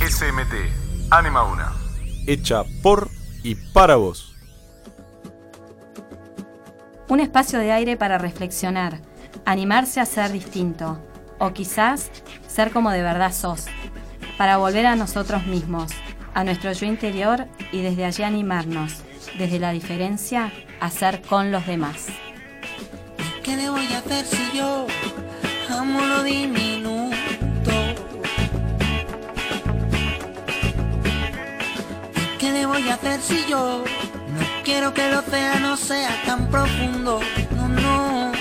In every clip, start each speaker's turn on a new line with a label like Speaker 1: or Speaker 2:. Speaker 1: XMT, Anima 1.
Speaker 2: Hecha por y para vos.
Speaker 3: Un espacio de aire para reflexionar, animarse a ser distinto, o quizás ser como de verdad sos, para volver a nosotros mismos, a nuestro yo interior y desde allí animarnos, desde la diferencia, a ser con los demás.
Speaker 4: ¿Qué le voy a hacer si yo amo lo diminuto? ¿Qué le voy a hacer si yo no quiero que el océano sea tan profundo? No, no.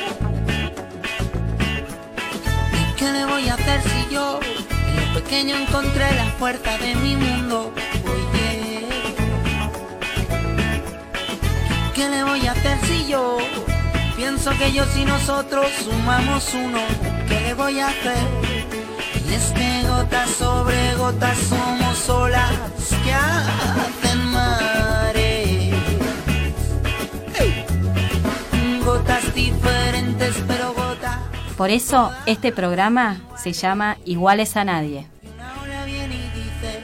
Speaker 4: ¿Qué le voy a hacer si yo en lo pequeño encontré las puertas de mi mundo? Oye. ¿Qué le voy a hacer si yo Pienso que yo y nosotros sumamos uno, ¿qué le voy a hacer? Y es que gota sobre gota somos olas que hacen mares. Gotas diferentes, pero gotas.
Speaker 3: Por eso este programa se llama Iguales a Nadie.
Speaker 4: Una ola viene y dice,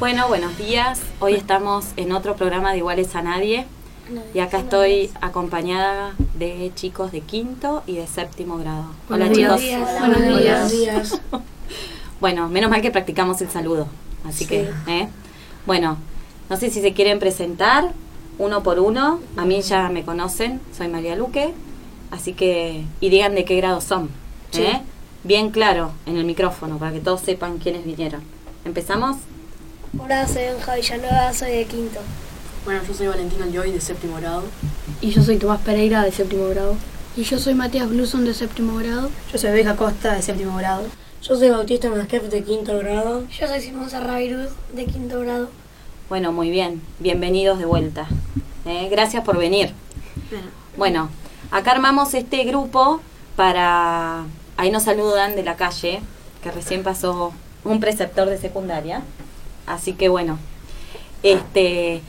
Speaker 3: Bueno, buenos días. Hoy estamos en otro programa de Iguales a Nadie. Y acá estoy acompañada de chicos de quinto y de séptimo grado. Hola chicos.
Speaker 5: Buenos días.
Speaker 3: Bueno, menos mal que practicamos el saludo. Así que, ¿eh? Bueno, no sé si se quieren presentar uno por uno. A mí ya me conocen, soy María Luque. Así que, y digan de qué grado son. ¿eh? Bien claro en el micrófono para que todos sepan quiénes vinieron. ¿Empezamos?
Speaker 5: Hola, soy Benja Villanueva, soy de quinto.
Speaker 6: Bueno, yo soy Valentina Joy de séptimo grado.
Speaker 7: Y yo soy Tomás Pereira de séptimo grado. Y yo soy Matías Bluson de séptimo grado.
Speaker 6: Yo soy Beca Costa de séptimo grado.
Speaker 8: Yo soy Bautista Masquef de quinto grado.
Speaker 5: Yo soy Simón Sarravirus, de quinto grado.
Speaker 3: Bueno, muy bien. Bienvenidos de vuelta. Eh, Gracias por venir. Bueno, acá armamos este grupo para... Ahí nos saludan de la calle, que recién pasó un preceptor de secundaria. Así que bueno, este...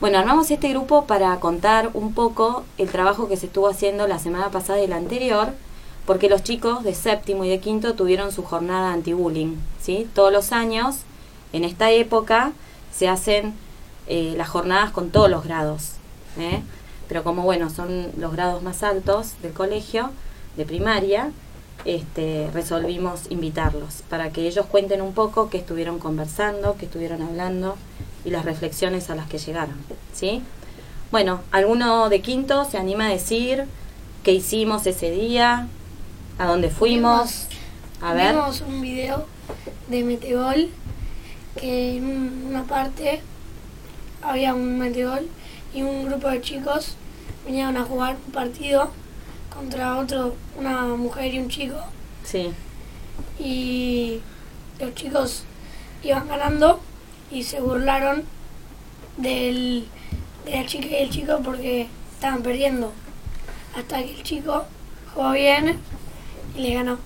Speaker 3: Bueno, armamos este grupo para contar un poco el trabajo que se estuvo haciendo la semana pasada y la anterior, porque los chicos de séptimo y de quinto tuvieron su jornada anti-bullying. ¿sí? Todos los años, en esta época, se hacen eh, las jornadas con todos los grados. ¿eh? Pero como bueno, son los grados más altos del colegio, de primaria, este, resolvimos invitarlos para que ellos cuenten un poco qué estuvieron conversando, qué estuvieron hablando y las reflexiones a las que llegaron. ¿sí? Bueno, ¿alguno de quinto se anima a decir qué hicimos ese día? ¿A dónde fuimos? A ver.
Speaker 7: Vimos un video de Metegol que en una parte había un Metegol y un grupo de chicos vinieron a jugar un partido contra otro, una mujer y un chico
Speaker 3: Sí.
Speaker 7: y los chicos iban ganando y se burlaron del, de la chica y el chico porque estaban perdiendo. Hasta que el chico jugó bien y le ganó.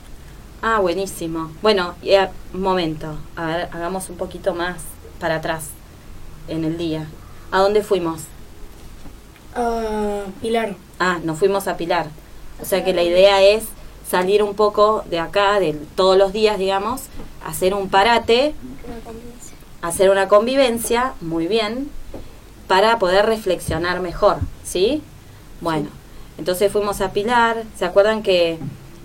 Speaker 3: Ah, buenísimo. Bueno, y a- un momento. A ver, hagamos un poquito más para atrás en el día. ¿A dónde fuimos?
Speaker 8: Ah, Pilar.
Speaker 3: Ah, nos fuimos a Pilar. O sea que la idea es salir un poco de acá, de todos los días, digamos, hacer un parate, hacer una convivencia, muy bien, para poder reflexionar mejor, ¿sí? Bueno, entonces fuimos a Pilar, ¿se acuerdan que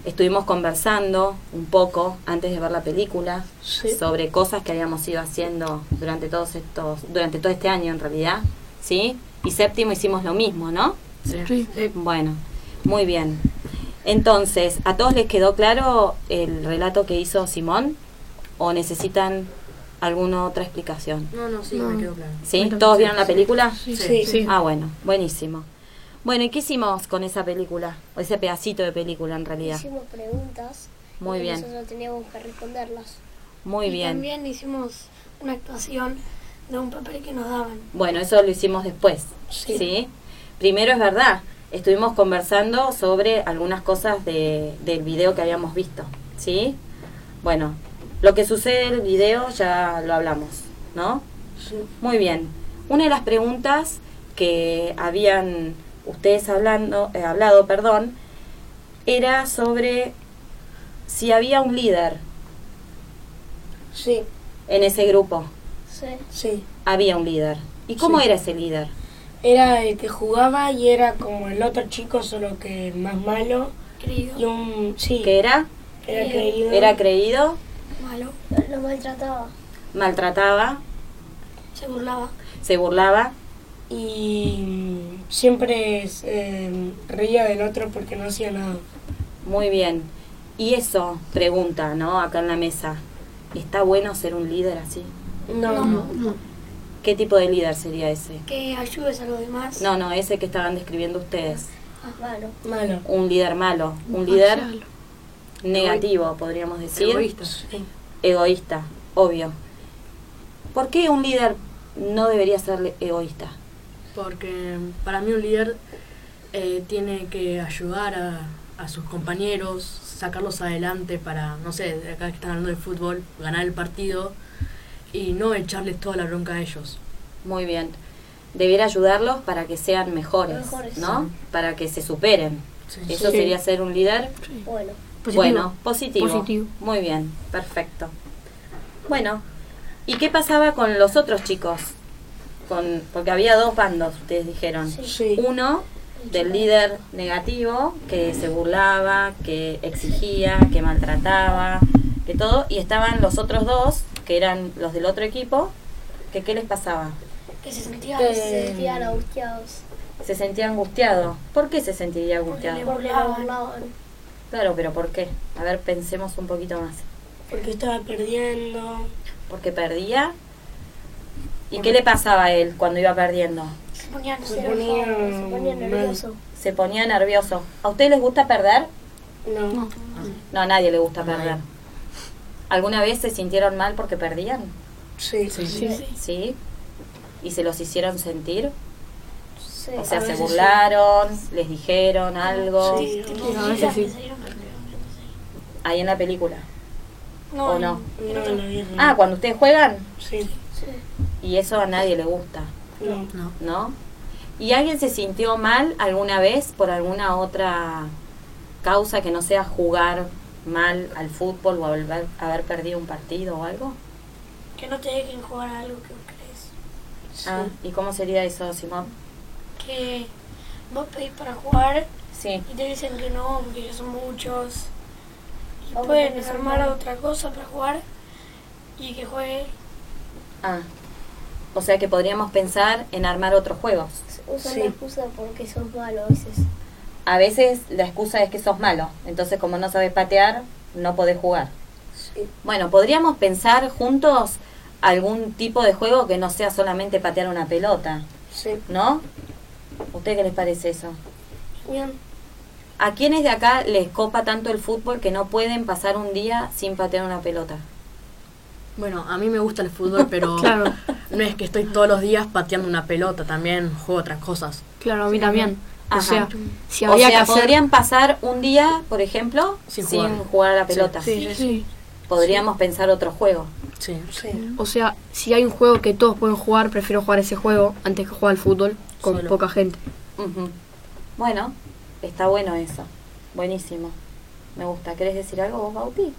Speaker 3: estuvimos conversando un poco antes de ver la película sobre cosas que habíamos ido haciendo durante todos estos, durante todo este año en realidad, ¿sí? Y séptimo hicimos lo mismo, ¿no?
Speaker 6: Eh,
Speaker 3: Bueno, muy bien. Entonces, ¿a todos les quedó claro el relato que hizo Simón? ¿O necesitan alguna otra explicación?
Speaker 6: No, no, sí, me quedó claro.
Speaker 3: ¿Sí? ¿Todos vieron la película?
Speaker 6: Sí.
Speaker 3: Ah, bueno, buenísimo. Bueno, ¿y qué hicimos con esa película? O ese pedacito de película en realidad.
Speaker 9: Hicimos preguntas.
Speaker 3: Muy
Speaker 9: y
Speaker 3: bien.
Speaker 9: Nosotros teníamos que responderlas.
Speaker 3: Muy
Speaker 7: y
Speaker 3: bien.
Speaker 7: también hicimos una actuación de un papel que nos daban.
Speaker 3: Bueno, eso lo hicimos después. Sí. Primero es verdad estuvimos conversando sobre algunas cosas de- del video que habíamos visto, ¿sí? Bueno, lo que sucede en el video ya lo hablamos, ¿no? Muy bien. Una de las preguntas que habían ustedes hablando, eh, hablado, perdón, era sobre si había un líder
Speaker 8: Sí,
Speaker 3: en ese grupo.
Speaker 9: Sí.
Speaker 8: sí.
Speaker 3: Había un líder. ¿Y cómo
Speaker 8: Sí.
Speaker 3: era ese líder?
Speaker 8: Era el que jugaba y era como el otro chico, solo que más malo.
Speaker 5: Querido,
Speaker 8: Y un. Sí,
Speaker 3: ¿Qué era?
Speaker 8: era creído.
Speaker 3: Era creído,
Speaker 5: malo,
Speaker 9: Lo maltrataba.
Speaker 3: maltrataba,
Speaker 5: se burlaba.
Speaker 3: se burlaba,
Speaker 8: Y mm, siempre eh, reía del otro porque no hacía nada.
Speaker 3: Muy bien. Y eso, pregunta, ¿no? Acá en la mesa. ¿Está bueno ser un líder así?
Speaker 8: No, no.
Speaker 3: ¿Qué tipo de líder sería ese?
Speaker 5: Que ayudes a los demás.
Speaker 3: No, no, ese que estaban describiendo ustedes.
Speaker 9: Malo.
Speaker 8: Malo.
Speaker 3: Un líder malo, un líder negativo, podríamos decir.
Speaker 6: Egoístas.
Speaker 8: Sí.
Speaker 3: Egoísta, obvio. ¿Por qué un líder no debería ser le- egoísta?
Speaker 6: Porque em, para mí un líder eh, tiene que ayudar a, a sus compañeros, sacarlos adelante para, no sé, acá que están hablando de fútbol, ganar el partido y no echarles toda la bronca a ellos.
Speaker 3: Muy bien. Debería ayudarlos para que sean mejores,
Speaker 9: Mejores.
Speaker 3: ¿no? Para que se superen.
Speaker 6: Sí.
Speaker 3: Eso sería ser un líder
Speaker 9: Bueno.
Speaker 3: Bueno, positivo. Muy bien, perfecto. Bueno, ¿y qué pasaba con los otros chicos? Con, porque había dos bandos, ustedes dijeron.
Speaker 8: Sí.
Speaker 3: Uno del líder negativo que se burlaba, que exigía, que maltrataba, que todo. Y estaban los otros dos, que eran los del otro equipo, que qué les pasaba.
Speaker 5: Que se sentía
Speaker 8: Que-
Speaker 9: Se sentían angustiados.
Speaker 3: Se sentía angustiado. ¿Por qué se sentiría
Speaker 5: le
Speaker 3: angustiado?
Speaker 5: bor-
Speaker 9: Porque lo burlaban.
Speaker 3: Claro, pero ¿por qué? A ver, pensemos un poquito más.
Speaker 8: Porque estaba perdiendo.
Speaker 3: porque perdía. ¿Y qué le pasaba a él cuando iba perdiendo?
Speaker 5: se ponía
Speaker 9: Se
Speaker 8: Se
Speaker 5: nervioso.
Speaker 8: ponía
Speaker 9: enojaban, se ponían
Speaker 8: mal.
Speaker 9: nervioso.
Speaker 3: Se ponía nervioso. ¿A ustedes les gusta perder?
Speaker 8: No.
Speaker 3: No, a nadie le gusta
Speaker 6: No.
Speaker 3: perder. ¿Alguna vez se sintieron mal porque perdían?
Speaker 8: Sí.
Speaker 3: ¿Sí? ¿Y se los hicieron sentir?
Speaker 9: Sí.
Speaker 3: O sea,
Speaker 8: A
Speaker 3: se
Speaker 8: veces
Speaker 3: burlaron, les dijeron algo.
Speaker 8: Sí.
Speaker 5: Tipo,
Speaker 6: a veces sí.
Speaker 5: se dieron cuenta.
Speaker 3: Ahí en la película. ¿O no?
Speaker 8: No, no, no.
Speaker 3: Ah, cuando ustedes juegan.
Speaker 8: Sí.
Speaker 3: Y eso a nadie le gusta,
Speaker 8: No.
Speaker 6: No.
Speaker 3: ¿no? ¿Y alguien se sintió mal alguna vez por alguna otra causa que no sea jugar mal al fútbol o haber, haber perdido un partido o algo?
Speaker 5: Que no te dejen jugar a algo que no crees.
Speaker 8: Sí.
Speaker 3: Ah, ¿y cómo sería eso, Simón?
Speaker 5: Que vos pedís para jugar
Speaker 3: Sí,
Speaker 5: y te dicen que no, porque ya son muchos. Y
Speaker 9: Vamos a
Speaker 5: pueden
Speaker 9: empezar
Speaker 5: armar
Speaker 9: mal.
Speaker 5: otra cosa para jugar y que juegue.
Speaker 3: ah. O sea que podríamos pensar en armar otros juegos.
Speaker 9: Usan
Speaker 8: Sí.
Speaker 9: la excusa porque sos malo a veces.
Speaker 3: A veces la excusa es que sos malo, entonces como no sabes patear, no podés jugar.
Speaker 8: Sí.
Speaker 3: Bueno, podríamos pensar juntos algún tipo de juego que no sea solamente patear una pelota,
Speaker 8: Sí.
Speaker 3: ¿no? ¿A ¿Usted qué les parece eso?
Speaker 9: Bien.
Speaker 3: ¿A quiénes de acá les copa tanto el fútbol que no pueden pasar un día sin patear una pelota?
Speaker 6: Bueno, a mí me gusta el fútbol, pero no es que estoy todos los días pateando una pelota, también juego otras cosas.
Speaker 10: Claro, a mí también. O
Speaker 3: Ajá.
Speaker 10: sea, si
Speaker 3: o
Speaker 10: había
Speaker 3: sea,
Speaker 10: que hacer...
Speaker 3: podrían pasar un día, por ejemplo, sin
Speaker 6: Sin
Speaker 3: jugar,
Speaker 6: jugar.
Speaker 3: a la pelota.
Speaker 10: Sí, sí.
Speaker 3: Podríamos pensar otro juego.
Speaker 6: Sí.
Speaker 8: Sí.
Speaker 10: O sea, si hay un juego que todos pueden jugar, prefiero jugar ese juego antes que jugar al fútbol con
Speaker 6: Solo.
Speaker 10: poca gente.
Speaker 3: Ujú. Bueno, está bueno eso. Buenísimo. Me gusta. ¿Querés decir algo vos, Bauti?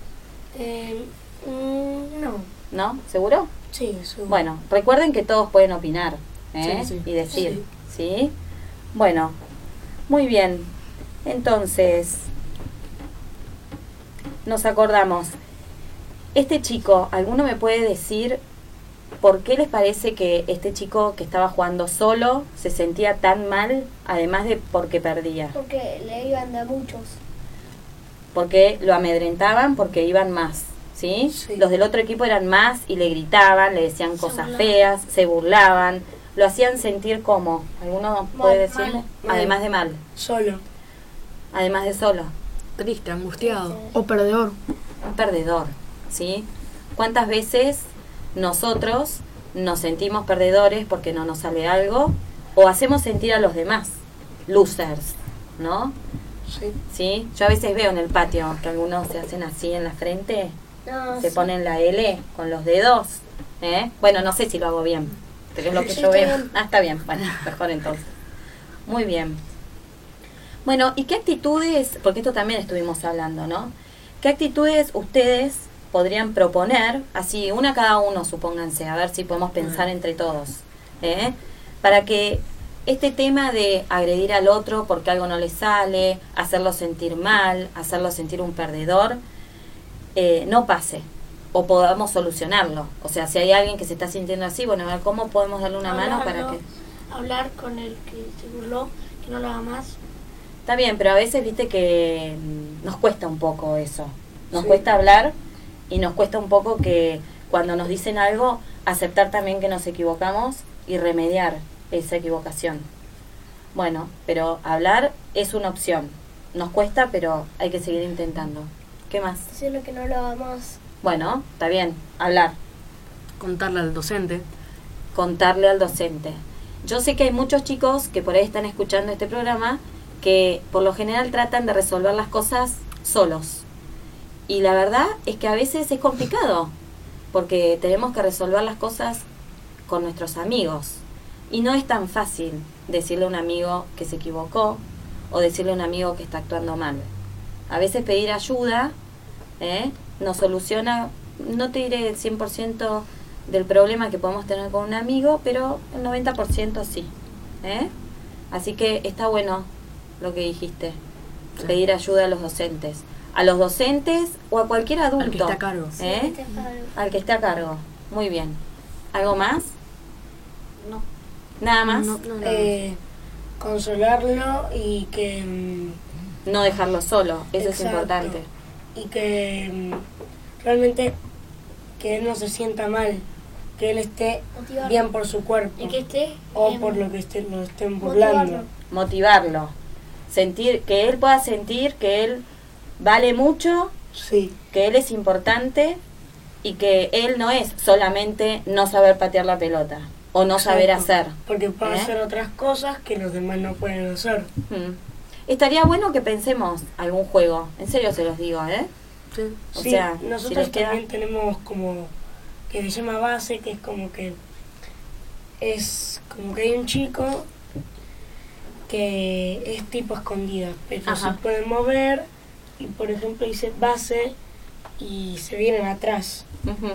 Speaker 8: Eh, mm, no.
Speaker 3: ¿No? ¿Seguro?
Speaker 8: Sí, seguro.
Speaker 3: Bueno, recuerden que todos pueden opinar ¿eh?
Speaker 6: Sí, sí.
Speaker 3: y decir, sí. Bueno, muy bien. Entonces, nos acordamos. Este chico, ¿alguno me puede decir por qué les parece que este chico que estaba jugando solo se sentía tan mal, además de porque perdía?
Speaker 9: Porque le iban de a muchos.
Speaker 3: porque lo amedrentaban porque iban más, ¿sí?
Speaker 8: Sí.
Speaker 3: Los del otro equipo eran más y le gritaban, le decían cosas
Speaker 5: burlaban.
Speaker 3: feas, se burlaban, lo hacían sentir como, ¿alguno puede decirme?
Speaker 8: mal.
Speaker 3: Además de mal,
Speaker 8: Solo.
Speaker 3: además de solo,
Speaker 6: Triste, angustiado.
Speaker 10: O perdedor.
Speaker 3: un perdedor, ¿sí? ¿Cuántas veces nosotros nos sentimos perdedores porque no nos sale algo o hacemos sentir a los demás losers, ¿no? Sí. Yo a veces veo en el patio que algunos se hacen así en la frente,
Speaker 9: No,
Speaker 3: se
Speaker 9: sí.
Speaker 3: ponen la L con los dedos. ¿eh? Bueno, no sé si lo hago bien, pero es lo que
Speaker 9: Sí,
Speaker 3: yo
Speaker 9: está
Speaker 3: veo.
Speaker 9: bien.
Speaker 3: Ah, está bien, bueno, mejor entonces. Muy bien. Bueno, ¿y qué actitudes, porque esto también estuvimos hablando, ¿no? ¿Qué actitudes ustedes podrían proponer, así una cada uno, supónganse, a ver si podemos pensar
Speaker 9: Mm.
Speaker 3: entre todos, ¿eh? para que este tema de agredir al otro porque algo no le sale, hacerlo sentir mal, hacerlo sentir un perdedor, eh, no pase o podamos solucionarlo. O sea, si hay alguien que se está sintiendo así, bueno, a ver cómo podemos darle una mano para
Speaker 5: Hablarlo,
Speaker 3: que...
Speaker 5: Hablar con el que se burló, que no lo haga más.
Speaker 3: Está bien, pero a veces viste que mm, nos cuesta un poco eso. Nos cuesta hablar y nos cuesta un poco que cuando nos dicen algo, aceptar también que nos equivocamos y remediar esa equivocación. Bueno, pero hablar es una opción. Nos cuesta, pero hay que seguir intentando. ¿Qué más?
Speaker 9: Solo que no lo haga más.
Speaker 3: Bueno, está bien, hablar.
Speaker 6: Contarle al docente.
Speaker 3: Contarle al docente. Yo sé que hay muchos chicos que por ahí están escuchando este programa que por lo general tratan de resolver las cosas solos. Y la verdad es que a veces es complicado, porque tenemos que resolver las cosas con nuestros amigos. Y no es tan fácil decirle a un amigo que se equivocó o decirle a un amigo que está actuando mal. A veces pedir ayuda ¿eh? nos soluciona, no te diré el 100% del problema que podemos tener con un amigo, pero el 90% sí. ¿eh? Así que está bueno lo que dijiste, pedir ayuda a los docentes. A los docentes o a cualquier adulto.
Speaker 6: que esté a cargo.
Speaker 3: ¿eh?
Speaker 6: Sí,
Speaker 9: Te paro.
Speaker 3: Al que esté a cargo. Muy bien. ¿Algo más?
Speaker 5: No.
Speaker 3: ¿Nada más? No,
Speaker 8: Eh, consolarlo y que mm,
Speaker 3: dejarlo solo, eso es
Speaker 8: Exacto.
Speaker 3: importante.
Speaker 8: y que mm, realmente que él no se sienta mal, que él esté
Speaker 9: Motivarlo.
Speaker 8: bien por su cuerpo
Speaker 9: Y que esté.
Speaker 8: o
Speaker 9: em,
Speaker 8: por lo que esté- lo estén burlando.
Speaker 9: motivarlo.
Speaker 3: Motivarlo. Sentir, que él pueda sentir que él vale mucho,
Speaker 8: Sí,
Speaker 3: que él es importante y que él no es solamente no saber patear la pelota o no saber hacer.
Speaker 8: Exacto. porque puede
Speaker 3: ¿Eh?
Speaker 8: hacer otras cosas que los demás no pueden hacer.
Speaker 3: Mm. Estaría bueno que pensemos algún juego, en serio se los digo, ¿eh?
Speaker 6: Sí.
Speaker 3: O
Speaker 8: Sí,
Speaker 3: sea, si
Speaker 8: nosotros
Speaker 3: les queda-
Speaker 8: también tenemos como que se llama base, que es como que es como que hay un chico que es tipo escondida, pero
Speaker 3: Ajá.
Speaker 8: se puede mover y por ejemplo dice base y se vienen atrás.
Speaker 3: Ujú.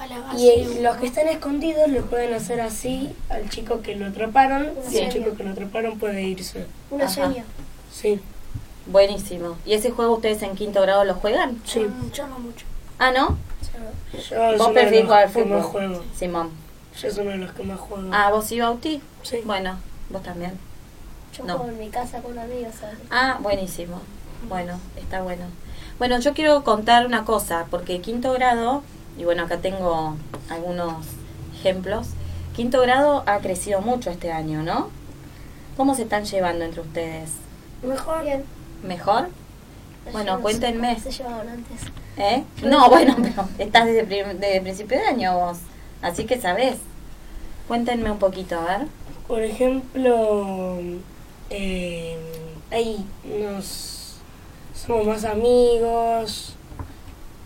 Speaker 5: A la
Speaker 3: Ah,
Speaker 5: base.
Speaker 8: Y el- los que están escondidos le pueden hacer así al chico que lo atraparon y
Speaker 9: Sí.
Speaker 8: el chico que lo atraparon puede irse.
Speaker 9: Una
Speaker 3: Ajá.
Speaker 9: seña.
Speaker 8: Sí,
Speaker 3: Buenísimo. ¿Y ese juego ustedes en quinto grado lo juegan?
Speaker 8: sí.
Speaker 5: Yo no mucho.
Speaker 3: Ah, ¿no?
Speaker 8: Yo soy
Speaker 3: Vos
Speaker 8: uno de
Speaker 3: preferís
Speaker 8: los
Speaker 3: jugar al
Speaker 8: que más
Speaker 3: fútbol.
Speaker 8: juego.
Speaker 3: Simón.
Speaker 8: Yo soy uno de los que más juego.
Speaker 3: Ah, vos y Bauti.
Speaker 8: Sí.
Speaker 3: Bueno, vos también.
Speaker 9: Yo
Speaker 3: No.
Speaker 9: juego en mi casa con amigos. ¿sabes?
Speaker 3: Ah, buenísimo. Bueno, está bueno. Bueno, yo quiero contar una cosa, porque quinto grado, y bueno, acá tengo algunos ejemplos, quinto grado ha crecido mucho este año, ¿no? ¿Cómo se están llevando entre ustedes?
Speaker 9: Mejor. Bien.
Speaker 3: ¿Mejor? Bueno,
Speaker 9: Yo no sé
Speaker 3: cuéntenme.
Speaker 9: cómo Se llevaban antes.
Speaker 3: ¿Eh? No, bueno, pero estás desde, prim- desde principio de año vos, así que sabés. Cuéntenme un poquito, a ver.
Speaker 8: Por ejemplo, eh, ahí nos somos más amigos.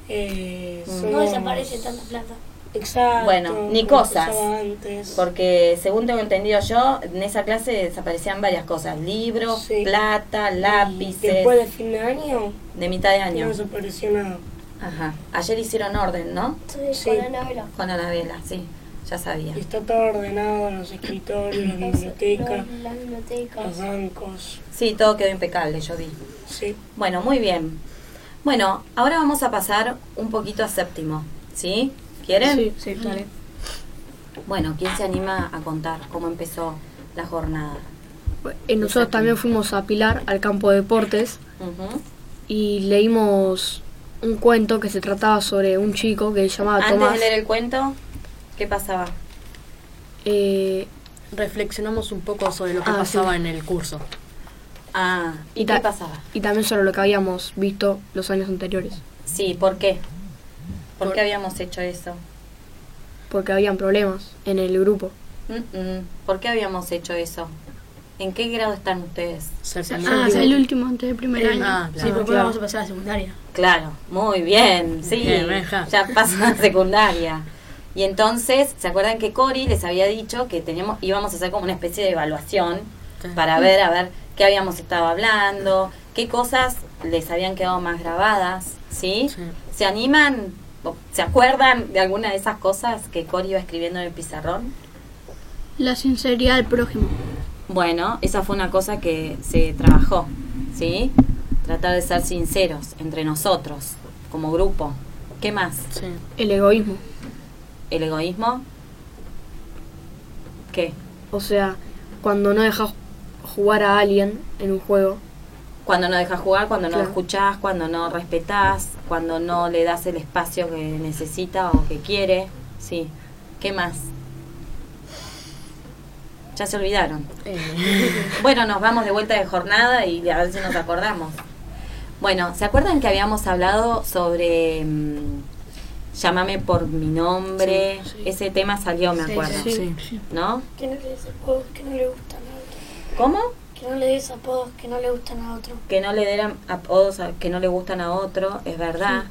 Speaker 8: eh,
Speaker 3: Mm. No
Speaker 5: No
Speaker 8: somos-
Speaker 5: desaparece tanta plata.
Speaker 8: Exacto.
Speaker 3: Bueno, ni
Speaker 8: como
Speaker 3: cosas.
Speaker 8: pasaba antes.
Speaker 3: Porque según tengo entendido yo, en esa clase desaparecían varias cosas, libros,
Speaker 8: Sí.
Speaker 3: plata,
Speaker 8: Y
Speaker 3: lápices,
Speaker 8: Después de fin de año,
Speaker 3: de mitad de año.
Speaker 8: no desapareció nada.
Speaker 3: Ajá. Ayer hicieron orden, ¿no?
Speaker 9: Estoy
Speaker 8: Sí.
Speaker 9: con la novela.
Speaker 3: Con Anabela, sí, ya sabía.
Speaker 8: Y Está todo ordenado: los escritorios, las bibliotecas,
Speaker 9: Las bibliotecas.
Speaker 8: los bancos.
Speaker 3: Sí, todo quedó impecable, yo vi.
Speaker 8: Sí,
Speaker 3: Bueno, muy bien. Bueno, ahora vamos a pasar un poquito a séptimo, ¿sí? ¿Quieren?
Speaker 10: Sí, sí, dale.
Speaker 3: Bueno, ¿quién se anima a contar cómo empezó la jornada?
Speaker 10: Eh, Nosotros también fuimos a Pilar, al campo de deportes,
Speaker 3: Ujú.
Speaker 10: y leímos un cuento que se trataba sobre un chico que se llamaba
Speaker 3: Ah, Antes de
Speaker 10: Ah, Tomás.
Speaker 3: leer el cuento, ¿qué pasaba?
Speaker 10: Eh,
Speaker 6: Reflexionamos un poco sobre lo que
Speaker 10: Ah,
Speaker 6: pasaba
Speaker 10: sí.
Speaker 6: en el curso.
Speaker 3: Ah, ¿y,
Speaker 10: Y
Speaker 3: qué
Speaker 10: ta-
Speaker 3: pasaba?
Speaker 10: y también sobre lo que habíamos visto los años anteriores,
Speaker 3: Sí, ¿por qué? ¿Por,
Speaker 6: Por-
Speaker 3: qué habíamos hecho eso?
Speaker 10: porque habían problemas en el grupo.
Speaker 3: Mm, mm, ¿Por qué habíamos hecho eso? ¿En qué grado están ustedes?
Speaker 10: Ah, es el último antes del primer
Speaker 11: Eh,
Speaker 10: año.
Speaker 11: ah, claro. Sí, porque vamos a pasar a la secundaria.
Speaker 3: Claro, muy bien, sí,
Speaker 11: Bien, Benja.
Speaker 3: ya pasa a secundaria. Y entonces, ¿se acuerdan que Cori les había dicho que teníamos, íbamos a hacer como una especie de evaluación para ver, a ver qué habíamos estado hablando, qué cosas les habían quedado más grabadas, ¿sí? ¿Se animan? o ¿Se acuerdan de alguna de esas cosas que Cori iba escribiendo en el pizarrón?
Speaker 10: La sinceridad del prójimo.
Speaker 3: Bueno, esa fue una cosa que se trabajó, ¿sí? Tratar de ser sinceros entre nosotros, como grupo. ¿Qué más?
Speaker 10: El egoísmo.
Speaker 3: ¿El egoísmo? ¿Qué?
Speaker 10: O sea, cuando no dejas jugar a alguien en un juego.
Speaker 3: Cuando no dejas jugar, cuando no
Speaker 10: Claro.
Speaker 3: escuchás, cuando no respetás, cuando no le das el espacio que necesita o que quiere. Sí. ¿Qué más? Ya se olvidaron.
Speaker 6: Eh,
Speaker 3: Bueno, nos vamos de vuelta de jornada y a ver si nos acordamos. Bueno, ¿se acuerdan que habíamos hablado sobre mm, llámame por mi nombre? Ese tema salió, me
Speaker 5: Sí,
Speaker 3: acuerdo.
Speaker 5: sí, sí. Sí.
Speaker 3: ¿No?
Speaker 7: Que no le des apodos que no le gustan a otro.
Speaker 3: ¿Cómo?
Speaker 7: Que no le des apodos que no le gustan a otro.
Speaker 3: que no le den apodos a- que no le gustan a otro, es verdad.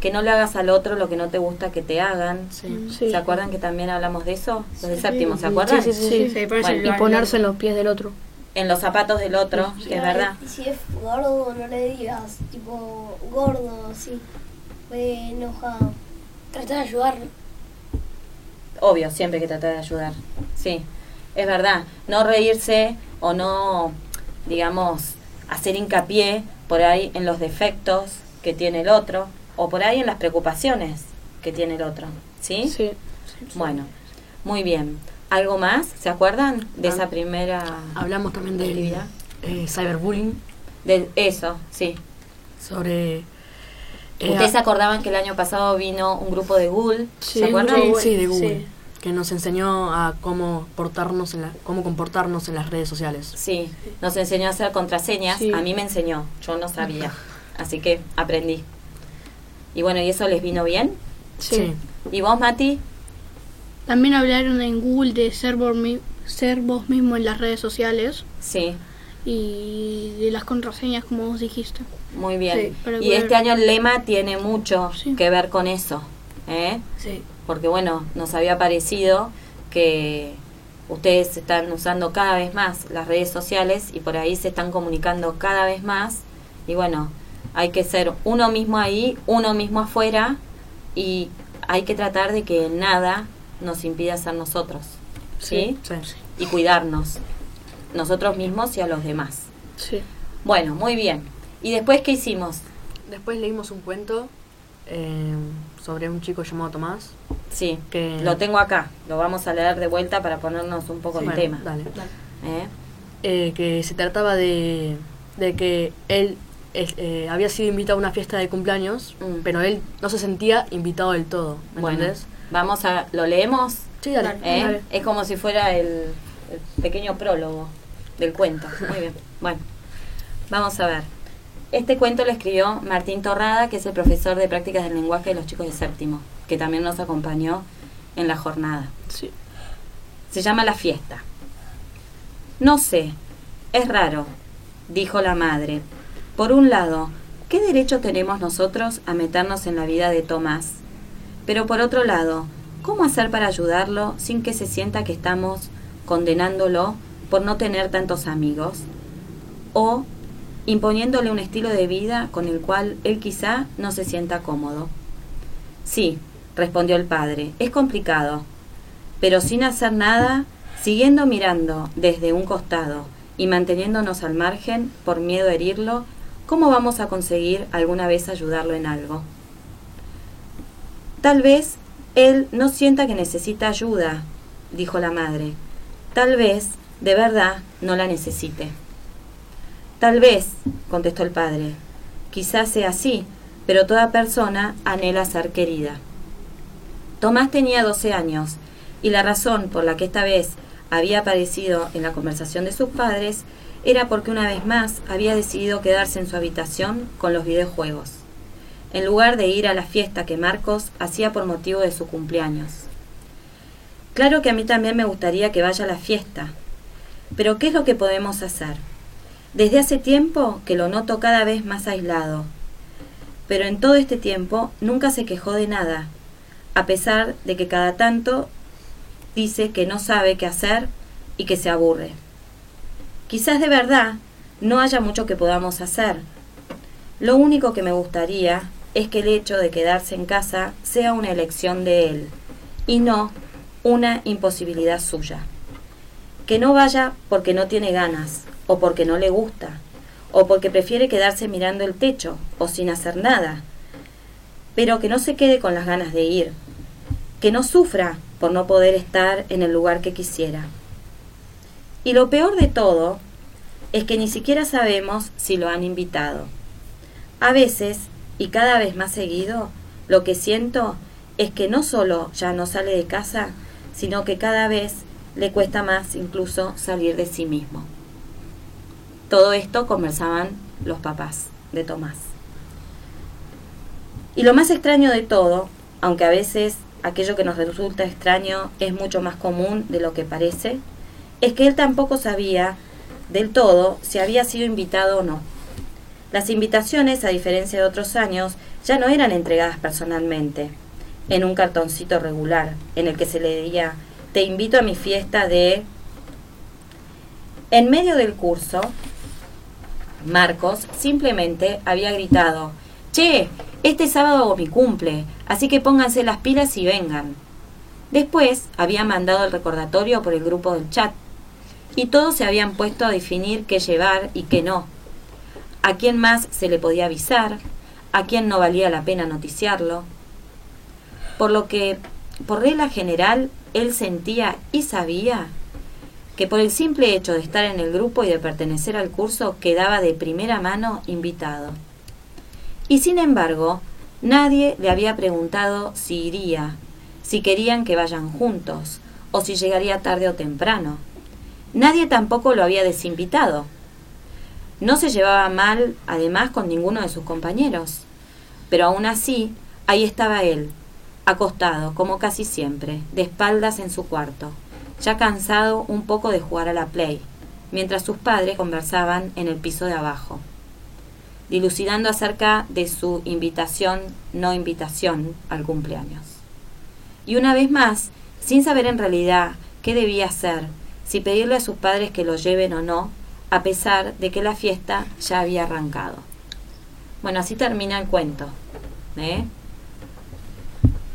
Speaker 3: Que no le hagas al otro lo que no te gusta que te hagan.
Speaker 10: Sí.
Speaker 3: ¿Se acuerdan que también hablamos de eso? Los del
Speaker 10: Sí.
Speaker 3: séptimo, ¿se acuerdan?
Speaker 10: Sí, sí, sí, sí.
Speaker 3: Bueno,
Speaker 10: y ponerse en los pies del otro.
Speaker 3: en los zapatos del otro, que es verdad.
Speaker 9: Y si es gordo, no le digas, tipo, gordo, así. Me enojado.
Speaker 7: Trata de ayudarlo.
Speaker 3: Obvio, siempre que tratar de ayudar. Sí, es verdad. No reírse o no, digamos, hacer hincapié por ahí en los defectos que tiene el otro o por ahí en las preocupaciones que tiene el otro. ¿Sí?
Speaker 10: Sí.
Speaker 3: Bueno, muy bien. ¿Algo más? ¿Se acuerdan de esa
Speaker 6: Ah.
Speaker 3: primera
Speaker 6: Hablamos también de
Speaker 3: actividad?
Speaker 6: eh, cyberbullying.
Speaker 3: De eso, sí.
Speaker 6: Sobre. eh, ah.
Speaker 3: Ustedes se acordaban que el año pasado vino un grupo de Google,
Speaker 6: Sí,
Speaker 3: ¿se acuerdan?
Speaker 6: sí, sí, de Google. Que nos enseñó a cómo, portarnos en la, cómo comportarnos en las redes sociales.
Speaker 3: Sí, nos enseñó a hacer contraseñas,
Speaker 6: Sí.
Speaker 3: a mí me enseñó, yo no sabía, así que aprendí. Y bueno, ¿y eso les vino bien?
Speaker 10: Sí.
Speaker 3: ¿Y vos, Mati?
Speaker 11: También hablaron en Google de ser, vos mi- ser vos mismo en las redes sociales
Speaker 3: Sí,
Speaker 11: y de las contraseñas, como vos dijiste.
Speaker 3: muy bien.
Speaker 11: Sí, para
Speaker 3: y
Speaker 11: poder-
Speaker 3: este año el lema tiene mucho que ver con eso, ¿eh?
Speaker 11: Sí.
Speaker 3: porque bueno, nos había parecido que ustedes están usando cada vez más las redes sociales y por ahí se están comunicando cada vez más y bueno, hay que ser uno mismo ahí, uno mismo afuera y hay que tratar de que nada nos impida ser nosotros, ¿sí? Y cuidarnos, nosotros mismos y a los demás.
Speaker 6: Sí.
Speaker 3: Bueno, muy bien. ¿Y después qué hicimos?
Speaker 6: Después leímos un cuento eh, sobre un chico llamado Tomás.
Speaker 3: Sí,
Speaker 6: que
Speaker 3: Lo tengo acá, lo vamos a leer de vuelta para ponernos un poco
Speaker 6: Sí.
Speaker 3: en
Speaker 6: Bueno,
Speaker 3: tema.
Speaker 6: dale.
Speaker 3: ¿Eh?
Speaker 6: eh, que se trataba de, de que él es- eh, había sido invitado a una fiesta de cumpleaños, pero él no se sentía invitado del todo. ¿me
Speaker 3: Mm. Bueno,
Speaker 6: entendés?
Speaker 3: vamos a... ¿Lo leemos?
Speaker 6: Sí, dale.
Speaker 3: ¿Eh?
Speaker 6: Dale.
Speaker 3: Es como si fuera el, el pequeño prólogo del cuento. Muy bien. Bueno, vamos a ver. Este cuento lo escribió Martín Torrada, que es el profesor de prácticas del lenguaje de los chicos de séptimo, que también nos acompañó en la jornada.
Speaker 6: Sí.
Speaker 3: Se llama La fiesta. No sé, es raro, dijo la madre. Por un lado, ¿qué derecho tenemos nosotros a meternos en la vida de Tomás? Pero por otro lado, ¿cómo hacer para ayudarlo sin que se sienta que estamos condenándolo por no tener tantos amigos? O imponiéndole un estilo de vida con el cual él quizá no se sienta cómodo. Sí, respondió el padre, es complicado. Pero sin hacer nada, siguiendo mirando desde un costado y manteniéndonos al margen por miedo a herirlo, ¿cómo vamos a conseguir alguna vez ayudarlo en algo? Tal vez él no sienta que necesita ayuda, dijo la madre. Tal vez, de verdad, no la necesite. Tal vez, contestó el padre. Quizás sea así, pero toda persona anhela ser querida. Tomás tenía 12 años y la razón por la que esta vez había aparecido en la conversación de sus padres era porque una vez más había decidido quedarse en su habitación con los videojuegos en lugar de ir a la fiesta que Marcos hacía por motivo de su cumpleaños. Claro que a mí también me gustaría que vaya a la fiesta, Pero ¿qué es lo que podemos hacer? Desde hace tiempo que lo noto cada vez más aislado. Pero en todo este tiempo nunca se quejó de nada, a pesar de que cada tanto dice que no sabe qué hacer y que se aburre. Quizás de verdad no haya mucho que podamos hacer. Lo único que me gustaría es que el hecho de quedarse en casa sea una elección de él y no una imposibilidad suya. Que no vaya porque no tiene ganas o porque no le gusta o porque prefiere quedarse mirando el techo o sin hacer nada, pero que no se quede con las ganas de ir, que no sufra por no poder estar en el lugar que quisiera. Y lo peor de todo es que ni siquiera sabemos si lo han invitado. A veces, y cada vez más seguido, lo que siento es que no solo ya no sale de casa, sino que cada vez le cuesta más incluso salir de sí mismo. Todo esto conversaban los papás de Tomás. Y lo más extraño de todo, aunque a veces aquello que nos resulta extraño es mucho más común de lo que parece, es que él tampoco sabía del todo si había sido invitado o no. Las invitaciones, a diferencia de otros años, ya no eran entregadas personalmente, en un cartoncito regular, en el que se leía, te invito a mi fiesta de... En medio del curso, Marcos simplemente había gritado, Che, este sábado hago mi cumple, así que pónganse las pilas y vengan. Después había mandado el recordatorio por el grupo del chat y todos se habían puesto a definir qué llevar y qué no, a quién más se le podía avisar, a quién no valía la pena noticiarlo, por lo que, por regla general, él sentía y sabía que por el simple hecho de estar en el grupo y de pertenecer al curso quedaba de primera mano invitado. Y sin embargo, nadie le había preguntado si iría, si querían que vayan juntos, o si llegaría tarde o temprano. Nadie tampoco lo había desinvitado. No se llevaba mal, además, con ninguno de sus compañeros. Pero aún así, ahí estaba él, acostado, como casi siempre, de espaldas en su cuarto, ya cansado un poco de jugar a la play, mientras sus padres conversaban en el piso de abajo, dilucidando acerca de su invitación, no invitación al cumpleaños. Y una vez más, sin saber en realidad qué debía hacer, si pedirle a sus padres que lo lleven o no, a pesar de que la fiesta ya había arrancado. Bueno, así termina el cuento. ¿eh?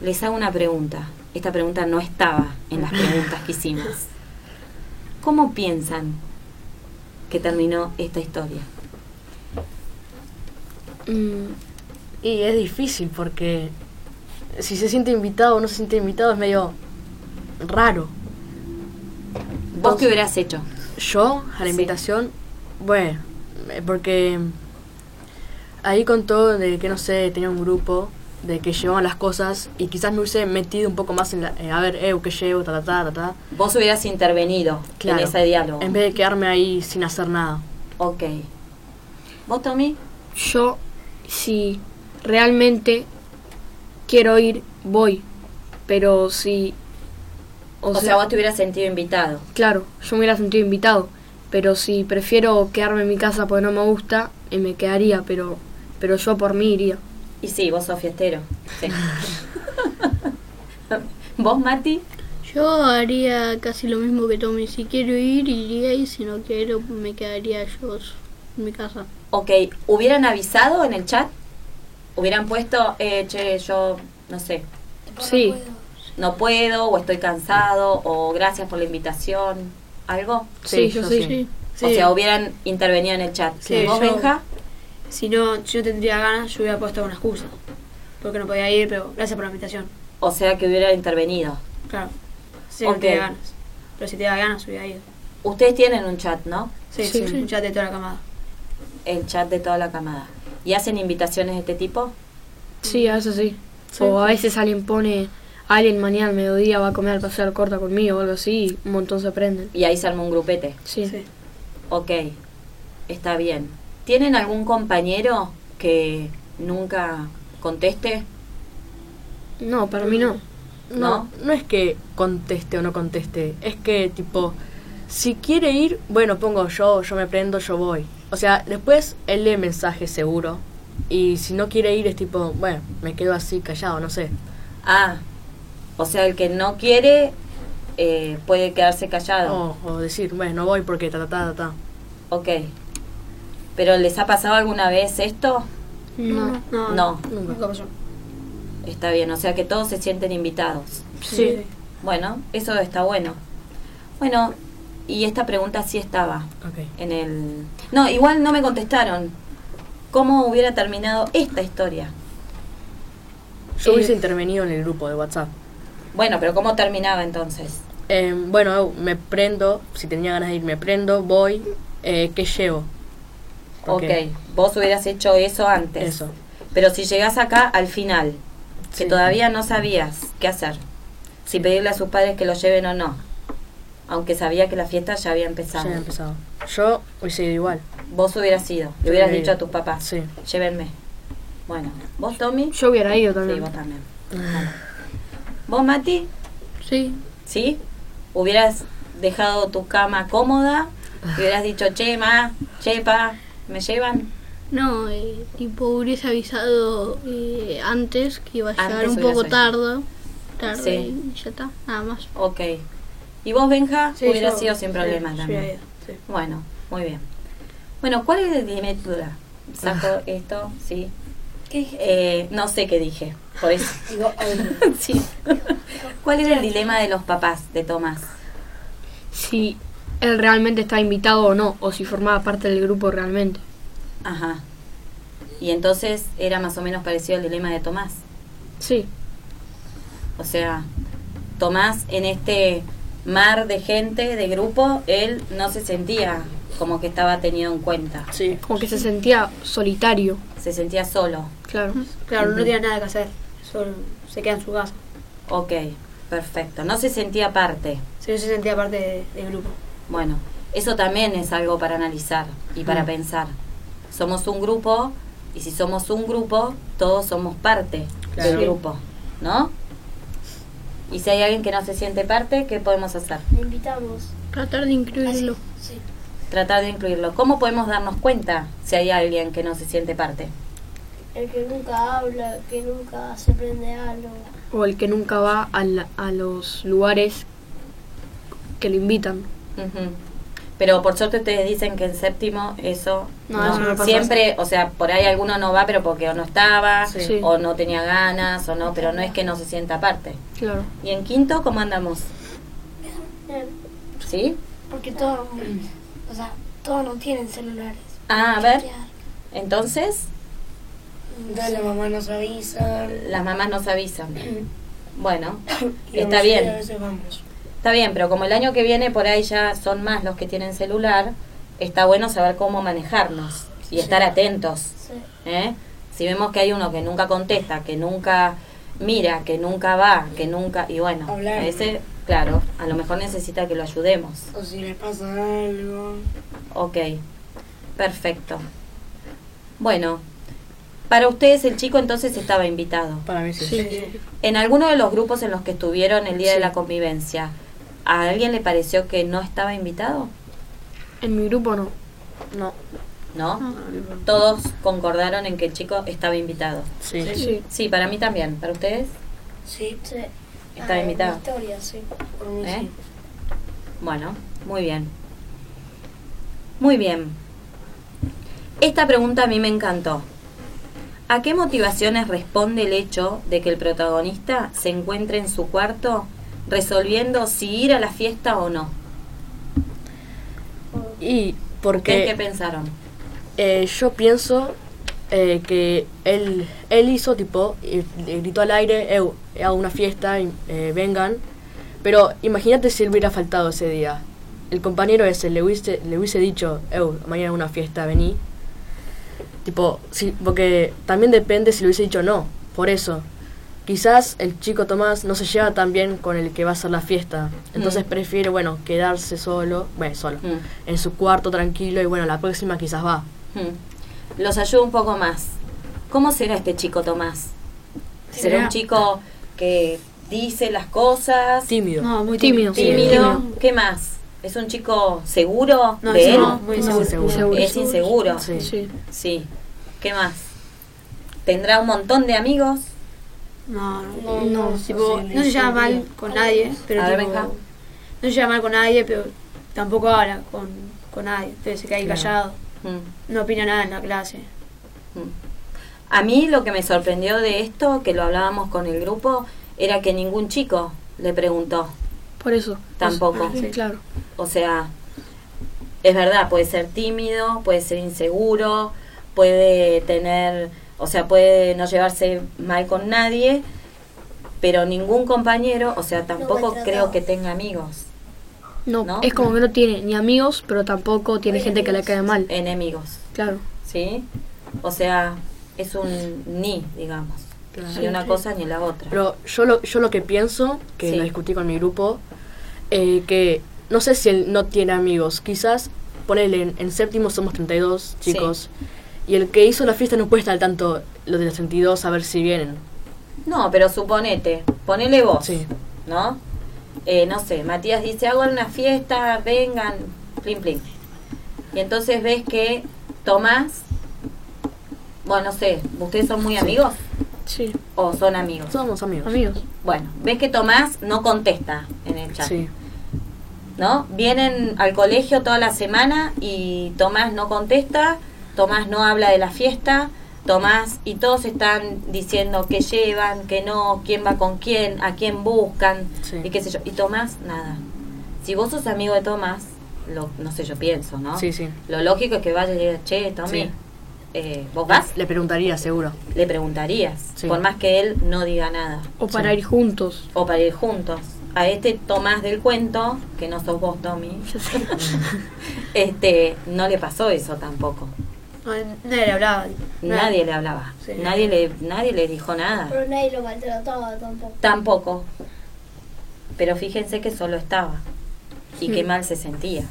Speaker 3: Les hago una pregunta. Esta pregunta no estaba en las preguntas que hicimos. ¿Cómo piensan que terminó esta historia?
Speaker 6: Mm, y es difícil porque si se siente invitado o no se siente invitado es medio raro.
Speaker 3: ¿Vos qué hubieras hecho?
Speaker 6: Yo, a la invitación, bueno, eh, porque ahí contó de que, no sé, tenía un grupo, de que llevaban las cosas y quizás me hubiese metido un poco más en la, eh, a ver, eh, ¿qué llevo? Ta, ta, ta, ta, ta.
Speaker 3: Vos hubieras intervenido
Speaker 6: Claro.
Speaker 3: en ese diálogo.
Speaker 6: En vez de quedarme ahí sin hacer nada.
Speaker 3: Ok. ¿Vos, Tommy?
Speaker 10: Yo, si realmente quiero ir, voy. Pero si...
Speaker 3: O, sea, vos te hubieras sentido invitado.
Speaker 10: Claro, yo me hubiera sentido invitado. Pero si prefiero quedarme en mi casa porque no me gusta, eh, me quedaría. Pero, pero yo por mí iría.
Speaker 3: Y sí, vos sos fiestero. Sí. ¿Vos, Mati?
Speaker 11: Yo haría casi lo mismo que Tommy. Si quiero ir, iría y si no quiero, me quedaría yo s- en mi casa.
Speaker 3: Ok, ¿hubieran avisado en el chat? ¿Hubieran puesto, eh, che, yo, no sé,
Speaker 10: Sí.
Speaker 3: no puedo, o estoy cansado, o gracias por la invitación? ¿Algo?
Speaker 10: Sí, Sí, yo yo sí. sí.
Speaker 3: O
Speaker 12: Sí.
Speaker 3: sea, hubieran intervenido en el chat.
Speaker 12: Sí,
Speaker 3: ¿Vos,
Speaker 12: yo-
Speaker 3: Benja?
Speaker 12: Si no, si yo tendría ganas, yo hubiera puesto una excusa. Porque no podía ir, pero gracias por la invitación.
Speaker 3: O sea, que hubiera intervenido.
Speaker 12: Claro. Si no
Speaker 3: Ok.
Speaker 12: tenía ganas. Pero si te da ganas, hubiera ido.
Speaker 3: Ustedes tienen un chat, ¿no?
Speaker 12: Sí, sí, un chat de toda la camada.
Speaker 3: El chat de toda la camada. ¿Y hacen invitaciones de este tipo?
Speaker 10: Sí, a veces sí. o a veces alguien pone, alguien mañana al mediodía va a comer al paseo corta conmigo o algo así, y un montón se prenden.
Speaker 3: Y ahí se arma un grupete.
Speaker 10: Sí.
Speaker 3: Ok, está bien. ¿Tienen algún compañero que nunca conteste?
Speaker 10: No, para mí no.
Speaker 6: No, no es que conteste o no conteste, es que tipo si quiere ir, bueno, pongo yo, yo me prendo, yo voy. O sea, después él lee mensaje seguro. Y si no quiere ir, es tipo, bueno, me quedo así callado, no sé.
Speaker 3: Ah, o sea, el que no quiere eh, puede quedarse callado.
Speaker 6: O, o decir, bueno, no voy porque ta ta ta ta. ta.
Speaker 3: Ok. ¿Pero les ha pasado alguna vez esto?
Speaker 11: No, no,
Speaker 3: No.
Speaker 11: nunca pasó.
Speaker 3: Está bien, o sea que todos se sienten invitados.
Speaker 11: Sí.
Speaker 3: Bueno, eso está bueno. Bueno, y esta pregunta sí estaba
Speaker 6: Ok.
Speaker 3: en el... No, igual no me contestaron. ¿Cómo hubiera terminado esta historia?
Speaker 6: Yo hubiese
Speaker 3: Eh,
Speaker 6: intervenido en el grupo de WhatsApp.
Speaker 3: Bueno, pero ¿cómo terminaba entonces?
Speaker 6: Eh, bueno, me prendo, si tenía ganas de ir, me prendo, voy, eh, ¿qué llevo?
Speaker 3: Ok, vos hubieras hecho eso antes.
Speaker 6: Eso.
Speaker 3: Pero si llegás acá al final, que
Speaker 6: Sí.
Speaker 3: todavía no sabías qué hacer, si pedirle a sus padres que lo lleven o no, aunque sabía que la fiesta ya había
Speaker 6: Ya
Speaker 3: empezado.
Speaker 6: había empezado. Yo hubiese ido igual.
Speaker 3: Vos hubieras ido,
Speaker 6: Yo
Speaker 3: le hubieras
Speaker 6: hubiera
Speaker 3: dicho a
Speaker 6: ido.
Speaker 3: tus papás,
Speaker 6: Sí.
Speaker 3: llévenme. Bueno, ¿vos Tommy?
Speaker 10: Yo hubiera ido también.
Speaker 3: Sí, vos también. Bueno. ¿Vos Mati? Sí. ¿Sí? ¿Hubieras dejado tu cama cómoda? ¿Y hubieras dicho, che, ma, che, pa, me llevan?
Speaker 11: No, eh, tipo hubiese avisado eh, antes que iba a llegar
Speaker 3: Antes
Speaker 11: un poco
Speaker 3: hubieras
Speaker 11: tarde. Tarde
Speaker 3: Sí.
Speaker 11: y ya está, nada más.
Speaker 3: Ok. ¿Y vos, Benja?
Speaker 11: Sí,
Speaker 3: Hubiera
Speaker 11: yo-
Speaker 3: sido sin
Speaker 11: sí,
Speaker 3: problemas
Speaker 11: yo
Speaker 3: también.
Speaker 11: hubiera ido, sí.
Speaker 3: Bueno, muy bien. Bueno, ¿cuál es el dimetura? Saco
Speaker 12: Ah.
Speaker 3: esto, sí. Eh, no sé qué dije, por eso. sí. ¿Cuál era el dilema de los papás de Tomás?
Speaker 10: Si él realmente está invitado o no, o si formaba parte del grupo realmente.
Speaker 3: Ajá. Y entonces era más o menos parecido al dilema de Tomás.
Speaker 10: Sí.
Speaker 3: O sea, Tomás en este mar de gente, de grupo, él no se sentía como que estaba tenido en cuenta.
Speaker 6: Sí.
Speaker 10: Como que se sentía solitario.
Speaker 3: Se sentía solo.
Speaker 10: Claro.
Speaker 12: Claro,
Speaker 3: Ujú.
Speaker 12: no tiene nada que hacer. Solo se queda en su casa.
Speaker 3: Ok, perfecto. No se sentía parte.
Speaker 12: Sí, yo se sentía parte de- del grupo.
Speaker 3: Bueno, eso también es algo para analizar y para
Speaker 12: Mm.
Speaker 3: pensar. Somos un grupo y si somos un grupo, todos somos parte
Speaker 12: Claro.
Speaker 3: del grupo, ¿no? Y si hay alguien que no se siente parte, ¿qué podemos hacer?
Speaker 9: Le invitamos.
Speaker 11: Tratar de incluirlo.
Speaker 9: Sí.
Speaker 3: Tratar de incluirlo. ¿Cómo podemos darnos cuenta si hay alguien que no se siente parte?
Speaker 9: El que nunca habla, el que nunca se prende algo.
Speaker 10: O el que nunca va a, la- a los lugares que le invitan.
Speaker 3: Ujú. Pero por suerte ustedes dicen que en séptimo eso,
Speaker 10: No, eso no pasa.
Speaker 3: siempre, o sea, por ahí alguno no va, pero porque o no estaba,
Speaker 10: Sí.
Speaker 3: o no tenía ganas, o no, pero no es que no se sienta parte.
Speaker 10: Claro.
Speaker 3: ¿Y en quinto cómo andamos? ¿Sí?
Speaker 7: Eh, Porque todos, o sea, todos no tienen celulares.
Speaker 3: Ah, a ver. Entonces,
Speaker 8: Entonces la mamá nos avisa.
Speaker 3: las mamás nos avisan. Bueno,
Speaker 8: y la
Speaker 3: está
Speaker 8: mayoría de
Speaker 3: bien.
Speaker 8: veces vamos.
Speaker 3: Está bien, pero como el año que viene por ahí ya son más los que tienen celular, está bueno saber cómo manejarnos y
Speaker 9: Sí.
Speaker 3: estar atentos.
Speaker 9: Sí.
Speaker 3: ¿eh? Si vemos que hay uno que nunca contesta, que nunca mira, que nunca va, que nunca... Y bueno,
Speaker 8: Hablar.
Speaker 3: ese, claro, a lo mejor necesita que lo ayudemos.
Speaker 8: O Pues si les pasa algo.
Speaker 3: Ok, perfecto. Bueno, para ustedes el chico entonces estaba invitado.
Speaker 6: Para mí sí.
Speaker 3: En alguno de los grupos en los que estuvieron el día de la convivencia, ¿a alguien le pareció que no estaba invitado?
Speaker 10: En mi grupo no.
Speaker 6: No.
Speaker 3: ¿No? Todos concordaron en que el chico estaba invitado.
Speaker 6: Sí.
Speaker 10: Sí.
Speaker 3: Sí, para mí también. ¿Para ustedes?
Speaker 8: Sí.
Speaker 9: Sí.
Speaker 3: Está
Speaker 9: Ah,
Speaker 3: invitado.
Speaker 9: mi Historia, sí.
Speaker 8: Por mí
Speaker 3: ¿Eh?
Speaker 8: sí.
Speaker 3: Bueno, muy bien. Muy bien. Esta pregunta a mí me encantó. ¿A qué motivaciones responde el hecho de que el protagonista se encuentre en su cuarto resolviendo si ir a la fiesta o no?
Speaker 6: Y
Speaker 3: ¿Ustedes qué
Speaker 6: porque
Speaker 3: pensaron?
Speaker 6: eh, yo pienso eh, que él, él hizo tipo, eh, le gritó al aire, "Eu, hago una fiesta, y, eh, vengan. Pero imagínate si él hubiera faltado ese día. El compañero ese le hubiese, le hubiese dicho, Eu, mañana hay una fiesta, vení. Tipo, sí, porque también depende si le hubiese dicho no, por eso. Quizás el chico Tomás no se lleva tan bien con el que va a hacer la fiesta. Entonces
Speaker 3: Mm.
Speaker 6: prefiere, bueno, quedarse solo, bueno, solo,
Speaker 3: Mm.
Speaker 6: en su cuarto tranquilo y bueno, la próxima quizás va.
Speaker 3: Hmm. Los ayudo un poco más. ¿Cómo será este chico Tomás? ¿Será un
Speaker 6: Será-
Speaker 3: chico que dice las cosas?
Speaker 6: Tímido.
Speaker 3: muy
Speaker 10: tímido.
Speaker 3: Tímido. ¿Qué más? ¿Es un chico seguro
Speaker 12: No,
Speaker 3: de
Speaker 12: es
Speaker 3: él?
Speaker 12: no, muy No, inseguro. inseguro.
Speaker 3: Es inseguro.
Speaker 12: Sí. Sí.
Speaker 3: Sí. ¿Qué más? ¿Tendrá un montón de amigos?
Speaker 12: No,
Speaker 8: Ah,
Speaker 12: no,
Speaker 3: No, no,
Speaker 12: no, tipo,
Speaker 3: sí,
Speaker 12: no se lleva
Speaker 3: sí,
Speaker 12: mal
Speaker 3: sí.
Speaker 12: con nadie, pero
Speaker 3: A ver,
Speaker 12: tipo,
Speaker 3: Benja.
Speaker 12: no se lleva mal con nadie, pero tampoco habla con, con nadie, entonces se queda ahí
Speaker 3: Claro.
Speaker 12: callado,
Speaker 3: Mm.
Speaker 12: no opina nada en la clase.
Speaker 3: A mí lo que me sorprendió de esto, que lo hablábamos con el grupo, era que ningún chico le preguntó.
Speaker 10: Por eso.
Speaker 3: Tampoco.
Speaker 10: Sí, claro.
Speaker 3: O sea, es verdad, puede ser tímido, puede ser inseguro, puede tener, o sea, puede no llevarse mal con nadie, pero ningún compañero, o sea, tampoco
Speaker 10: maltratado.
Speaker 3: creo que tenga amigos.
Speaker 10: No,
Speaker 3: ¿No?
Speaker 10: es como que no tiene ni amigos, pero tampoco tiene gente que le cae mal.
Speaker 3: Enemigos,
Speaker 10: Claro.
Speaker 3: ¿sí? O sea, es un ni, digamos.
Speaker 6: Claro.
Speaker 3: Ni una cosa ni la otra.
Speaker 6: Pero yo lo, yo lo que pienso, que
Speaker 3: Sí.
Speaker 6: lo discutí con mi grupo, eh, que no sé si él no tiene amigos. Quizás, ponele, en, en séptimo somos 32
Speaker 3: Sí.
Speaker 6: chicos. Y el que hizo la fiesta no puede estar al tanto los de los 32 a ver si vienen.
Speaker 3: No, pero suponete, ponele vos,
Speaker 6: Sí.
Speaker 3: ¿no? Eh, no sé, Matías dice, hago una fiesta, vengan, plin, plin. Y entonces ves que Tomás, bueno, no sé, ¿ustedes son muy amigos?
Speaker 10: Sí.
Speaker 3: ¿O son amigos?
Speaker 6: Somos amigos.
Speaker 10: Amigos.
Speaker 3: Bueno, ves que Tomás no contesta en el chat,
Speaker 6: Sí.
Speaker 3: ¿no? Vienen al colegio toda la semana y Tomás no contesta, Tomás no habla de la fiesta, Tomás y todos están diciendo qué llevan, qué no, quién va con quién, a quién buscan
Speaker 6: Sí.
Speaker 3: y qué sé yo. Y Tomás, nada. Si vos sos amigo de Tomás, lo, no sé, yo pienso, ¿no?
Speaker 6: Sí, sí.
Speaker 3: Lo lógico es que vaya y diga, che, Tommy,
Speaker 6: Sí.
Speaker 3: eh, ¿vos vas?
Speaker 6: Le preguntaría, seguro.
Speaker 3: Le preguntarías,
Speaker 6: Sí.
Speaker 3: por más que él no diga nada.
Speaker 10: O para ir juntos.
Speaker 3: O para ir juntos. A este Tomás del cuento, que no sos vos, Tommy, este, no le pasó eso tampoco.
Speaker 12: No, nadie le hablaba.
Speaker 3: Nadie le hablaba.
Speaker 12: Sí.
Speaker 3: Nadie, le, nadie le dijo nada.
Speaker 9: Pero nadie lo maltrataba tampoco.
Speaker 3: Tampoco. Pero fíjense que solo estaba. Y
Speaker 9: Sí.
Speaker 3: qué mal se sentía.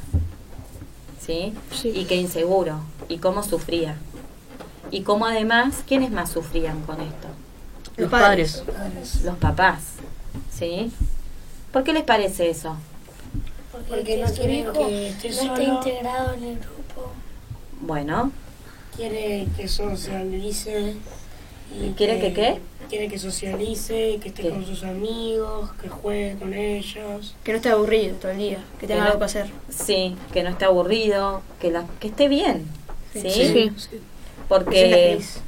Speaker 3: ¿Sí? Y qué inseguro. Y cómo sufría. Y cómo además, ¿quiénes más sufrían con esto?
Speaker 6: Los padres.
Speaker 3: Los papás. ¿Sí? ¿Por qué les parece eso?
Speaker 7: Porque,
Speaker 8: Porque no
Speaker 7: no su
Speaker 8: quiere
Speaker 7: hijo
Speaker 8: que
Speaker 7: no
Speaker 8: esté
Speaker 7: está
Speaker 8: solo.
Speaker 7: integrado en el grupo.
Speaker 3: Bueno,
Speaker 8: Quiere que socialice. y
Speaker 3: ¿Quiere que qué?
Speaker 8: Quiere que socialice, que esté
Speaker 3: ¿Qué?
Speaker 8: con sus amigos, que juegue con ellos.
Speaker 12: Que no esté aburrido todo el día, que tenga
Speaker 3: no-
Speaker 12: algo que hacer.
Speaker 3: sí, que no esté aburrido, que, la, que esté bien. ¿Sí?
Speaker 12: Sí. Que se sienta
Speaker 3: Porque
Speaker 12: feliz.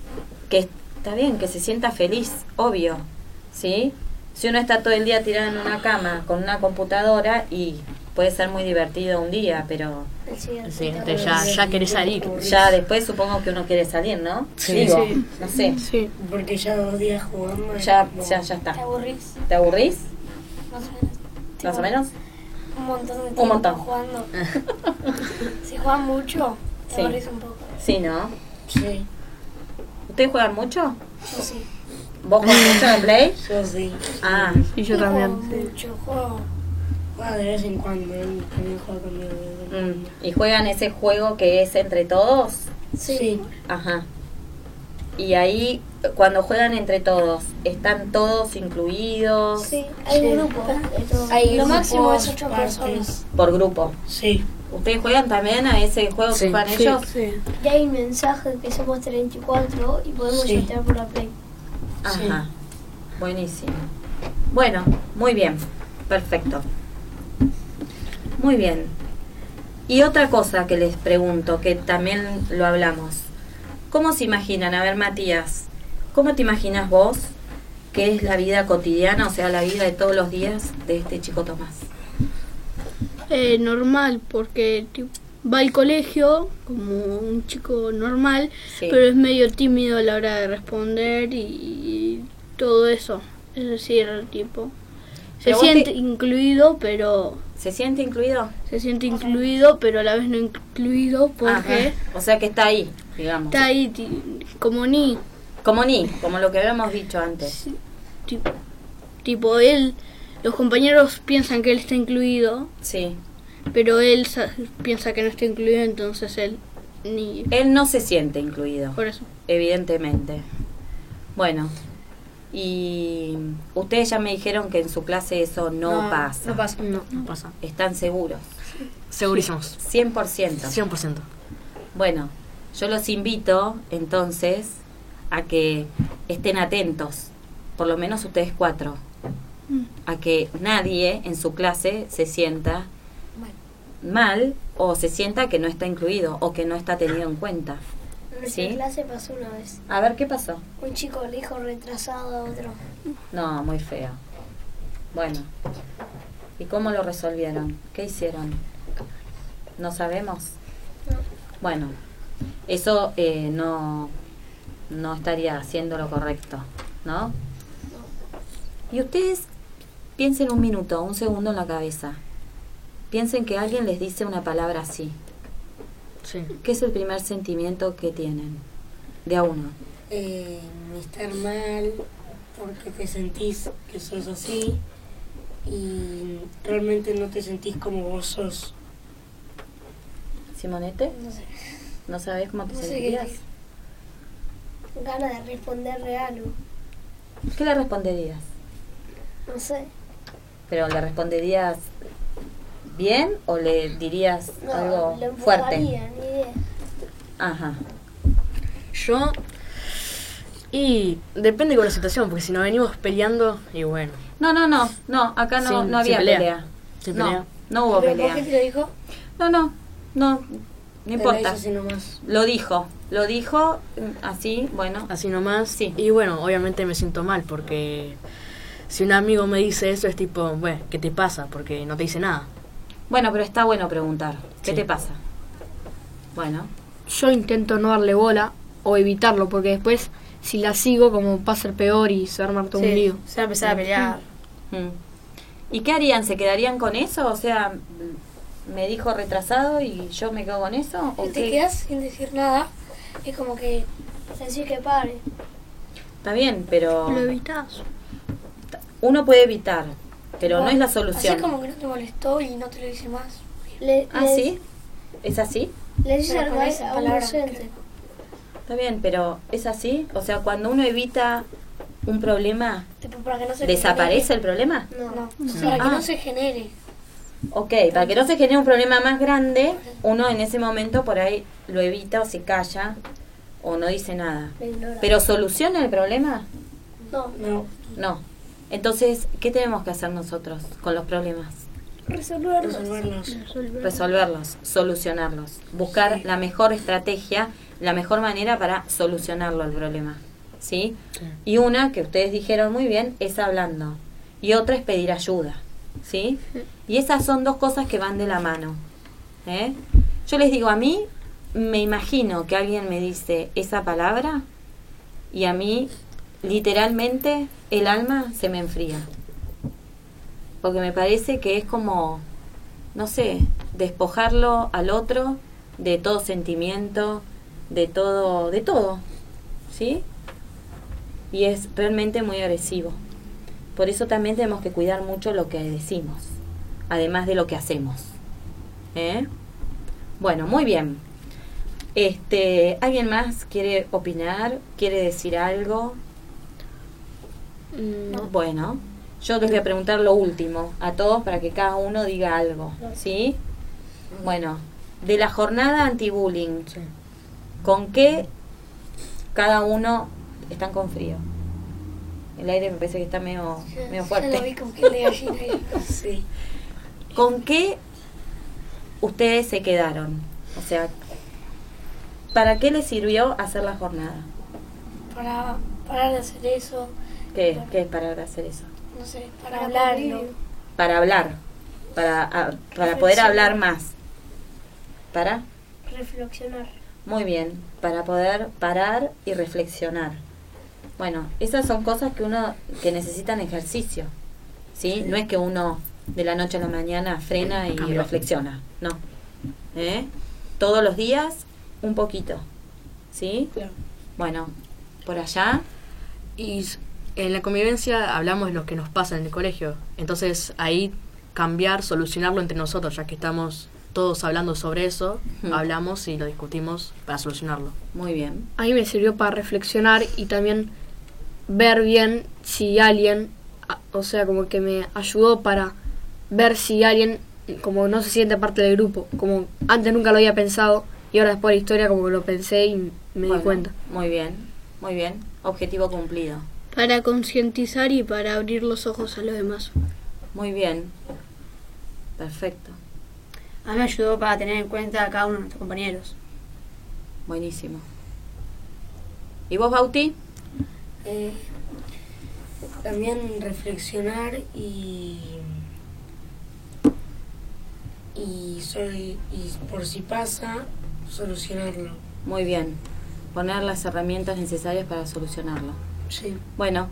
Speaker 3: que está bien, que se sienta feliz, obvio. ¿Sí? Si uno está todo el día tirado en una cama con una computadora y puede ser muy divertido un día, pero
Speaker 6: El siguiente ya, ya querés salir.
Speaker 3: ya después supongo que uno quiere salir, ¿no?
Speaker 6: Sí.
Speaker 3: Digo,
Speaker 6: Sí.
Speaker 3: No sé.
Speaker 8: Porque ya dos días jugando. es
Speaker 3: Ya,
Speaker 8: como-
Speaker 3: ya, ya está.
Speaker 7: ¿Te aburrís?
Speaker 3: ¿Te aburrís?
Speaker 7: Más o menos.
Speaker 3: ¿Más o menos?
Speaker 7: Un montón de
Speaker 3: Un
Speaker 7: tiempo
Speaker 3: montón. Ah.
Speaker 7: jugando. si juegan mucho, te
Speaker 3: Sí.
Speaker 7: aburrís un poco.
Speaker 3: Sí, ¿no?
Speaker 8: Sí.
Speaker 3: ¿Ustedes juegan mucho?
Speaker 7: Yo sí.
Speaker 3: ¿Vos juegas mucho en Play?
Speaker 8: Yo sí.
Speaker 3: Ah.
Speaker 10: Y
Speaker 7: Juego mucho, juego.
Speaker 8: Juega Ah, de vez en cuando, él también juega conmigo.
Speaker 3: Mm, ¿Y juegan ese juego que es entre todos?
Speaker 8: Sí.
Speaker 3: Ajá. Y ahí, cuando juegan entre todos, ¿están todos incluidos?
Speaker 9: Sí, hay un grupo. ¿eh? de todos.
Speaker 8: Hay
Speaker 9: lo
Speaker 8: grupos,
Speaker 9: máximo es ocho
Speaker 8: partes.
Speaker 9: personas.
Speaker 3: Por grupo.
Speaker 8: Sí.
Speaker 3: ¿Ustedes juegan también a ese juego que juegan ellos?
Speaker 9: Ya hay mensaje que somos 34 y podemos
Speaker 3: Sí.
Speaker 9: chatear por la Play.
Speaker 3: Ajá. Buenísimo. Bueno, muy bien. Perfecto. Muy bien. Y otra cosa que les pregunto, que también lo hablamos. ¿Cómo se imaginan? A ver, Matías, ¿cómo te imaginas vos que es la vida cotidiana, o sea, la vida de todos los días de este chico Tomás?
Speaker 11: Eh, normal, porque tipo, va al colegio como un chico normal,
Speaker 3: Sí.
Speaker 11: pero es medio tímido a la hora de responder y, y todo eso. Es decir, tipo, se
Speaker 3: Pero vos
Speaker 11: siente
Speaker 3: te-
Speaker 11: incluido, pero...
Speaker 3: ¿Se siente incluido?
Speaker 11: Se siente incluido, pero a la vez no incluido porque
Speaker 3: Ajá. O sea, que está ahí, digamos.
Speaker 11: está ahí ti- como ni,
Speaker 3: Como ni, como lo que habíamos dicho antes.
Speaker 11: ti- tipo él, los compañeros piensan que él está incluido,
Speaker 3: Sí.
Speaker 11: pero él sa- piensa que no está incluido, entonces él ni...
Speaker 3: Él no se siente incluido.
Speaker 11: Por eso.
Speaker 3: Evidentemente. Bueno, y ustedes ya me dijeron que en su clase eso no, pasa.
Speaker 12: No pasa.
Speaker 10: No.
Speaker 6: pasa.
Speaker 3: ¿Están seguros?
Speaker 6: Segurísimos.
Speaker 3: 100%.
Speaker 6: 100%.
Speaker 3: Bueno, yo los invito entonces a que estén atentos, por lo menos ustedes cuatro, a que nadie en su clase se sienta mal o se sienta que no está incluido o que no está tenido en cuenta.
Speaker 9: En nuestra
Speaker 3: ¿Sí?
Speaker 9: clase pasó una vez.
Speaker 3: A ver qué pasó.
Speaker 9: Un chico le dijo retrasado a otro.
Speaker 3: No, muy feo. Bueno, ¿y cómo lo resolvieron? ¿Qué hicieron? No sabemos. Bueno, eso eh, no, no estaría haciendo lo correcto, ¿no? Y ustedes piensen un minuto, un segundo en la cabeza. Piensen que alguien les dice una palabra así.
Speaker 6: Sí.
Speaker 3: ¿Qué es el primer sentimiento que tienen? De a uno.
Speaker 8: Eh, estar mal porque te sentís que sos así y realmente no te sentís como vos sos.
Speaker 3: ¿Simonete? No
Speaker 9: sé.
Speaker 3: ¿No sabes cómo te
Speaker 9: No sé qué
Speaker 3: sentías?
Speaker 9: decir. Ganas de responderle algo.
Speaker 3: ¿Qué le responderías?
Speaker 9: No sé.
Speaker 3: ¿Pero le responderías bien o le dirías
Speaker 9: No,
Speaker 3: algo
Speaker 9: lo empujaría,
Speaker 3: fuerte?
Speaker 9: ni idea.
Speaker 3: Ajá.
Speaker 6: Yo. Y depende con la situación, porque si nos venimos peleando, y bueno.
Speaker 3: No, no, no, no, acá no,
Speaker 6: Sin-
Speaker 3: no había
Speaker 6: sin
Speaker 3: pelea.
Speaker 6: pelea. Sin
Speaker 3: No,
Speaker 6: pelea.
Speaker 3: no hubo
Speaker 8: ¿Pero
Speaker 3: pelea.
Speaker 8: por qué te lo
Speaker 3: dijo? No, no, no, no importa.
Speaker 8: así nomás.
Speaker 3: Lo dijo, lo dijo mm, así, bueno.
Speaker 6: Así nomás. Y bueno, obviamente me siento mal, porque si un amigo me dice eso, es tipo, bueno, ¿qué te pasa? Porque no te dice nada.
Speaker 3: Bueno, pero está bueno preguntar. ¿Qué
Speaker 6: Sí.
Speaker 3: te pasa? Bueno,
Speaker 10: Yo intento no darle bola o evitarlo, porque después, si la sigo, como va a ser peor y se va a armar todo
Speaker 3: Sí,
Speaker 10: un lío.
Speaker 3: se va a empezar a pelear. mm. ¿y qué harían? ¿Se quedarían con eso? O sea, mm, me dijo retrasado y yo me quedo con eso. ¿O
Speaker 7: Y te
Speaker 3: qué?
Speaker 7: quedas sin decir nada. Es como que decís que pare.
Speaker 3: Está bien, pero
Speaker 7: Lo
Speaker 10: evitas.
Speaker 3: uno puede evitar, pero no es la solución.
Speaker 7: Así como que no te molestó y no te lo dice más.
Speaker 9: Le,
Speaker 3: ¿Ah,
Speaker 9: le-
Speaker 3: sí? ¿Es así?
Speaker 9: Le dices
Speaker 7: Pero
Speaker 9: algo
Speaker 7: con
Speaker 9: a-
Speaker 7: esa
Speaker 9: a un
Speaker 7: palabra,
Speaker 9: docente.
Speaker 3: Está bien, pero ¿es así? O sea, cuando uno evita un problema,
Speaker 7: Tipo, para que no se
Speaker 3: ¿desaparece el problema?
Speaker 7: genere. No,
Speaker 3: No.
Speaker 7: para que
Speaker 3: Ah.
Speaker 7: no se genere.
Speaker 3: Ok, para que no se genere un problema más grande, uno en ese momento por ahí lo evita o se calla o no dice nada.
Speaker 9: Lo ignora.
Speaker 3: ¿Pero soluciona el problema?
Speaker 9: No.
Speaker 8: No.
Speaker 3: No. Entonces, ¿qué tenemos que hacer nosotros con los problemas?
Speaker 9: Resolverlos.
Speaker 3: Resolverlos, solucionarlos, buscar la mejor estrategia, la mejor manera para solucionarlo el problema. ¿Sí? Y una que ustedes dijeron muy bien es hablando. Y otra es pedir ayuda. ¿Sí? Y esas son dos cosas que van de la mano. ¿eh? Yo les digo, a mí me imagino que alguien me dice esa palabra y a mí literalmente el alma se me enfría. Porque me parece que es como, no sé, despojarlo al otro de todo sentimiento, de todo, de todo. ¿Sí? y es realmente muy agresivo. Por eso también tenemos que cuidar mucho lo que decimos, además de lo que hacemos. ¿Eh? Bueno, muy bien. Este, ¿alguien más quiere opinar? ¿Quiere decir algo? Mm, Bueno, yo les voy a preguntar lo último a todos para que cada uno diga algo, ¿sí? Bueno, de la jornada anti-bullying, ¿con qué cada uno están con frío? El aire me parece que está medio, medio fuerte.
Speaker 7: Ya lo vi con piel de gallina.
Speaker 8: sí.
Speaker 3: ¿Con qué ustedes se quedaron? O sea, ¿para qué les sirvió hacer la jornada?
Speaker 7: Para parar de hacer eso.
Speaker 3: ¿Qué, qué es para hacer eso?
Speaker 7: No sé, para, hablarlo.
Speaker 3: Para hablar, para, a- para poder
Speaker 7: Reflexionar.
Speaker 3: hablar más. ¿Para?
Speaker 9: Reflexionar.
Speaker 3: Muy bien, para poder parar y reflexionar. Bueno, esas son cosas que uno que necesitan ejercicio. ¿Sí? No es que uno de la noche a la mañana frena y
Speaker 12: Cambió.
Speaker 3: reflexiona, no. ¿Eh? Todos los días un poquito. ¿Sí? Bueno, por allá
Speaker 6: Y s- en la convivencia hablamos de lo que nos pasa en el colegio. Entonces ahí cambiar, solucionarlo entre nosotros, ya que estamos todos hablando sobre eso,
Speaker 10: Ujú.
Speaker 6: hablamos y lo discutimos para solucionarlo.
Speaker 3: Muy bien.
Speaker 10: A mí me sirvió para reflexionar y también ver bien si alguien, a- o sea, como que me ayudó para ver si alguien como no se siente parte del grupo. Como antes nunca lo había pensado y ahora después de la historia como que lo pensé y me di
Speaker 3: Bueno,
Speaker 10: cuenta.
Speaker 3: Muy bien, muy bien. Objetivo cumplido.
Speaker 11: Para concientizar y para abrir los ojos a los demás.
Speaker 3: Muy bien. Perfecto.
Speaker 12: A mí me ayudó para tener en cuenta a cada uno de nuestros compañeros.
Speaker 3: Buenísimo. ¿Y vos, Bauti?
Speaker 8: Eh, también reflexionar y y soy y por si pasa solucionarlo
Speaker 3: Muy bien. Poner las herramientas necesarias para solucionarlo.
Speaker 8: sí
Speaker 3: Bueno,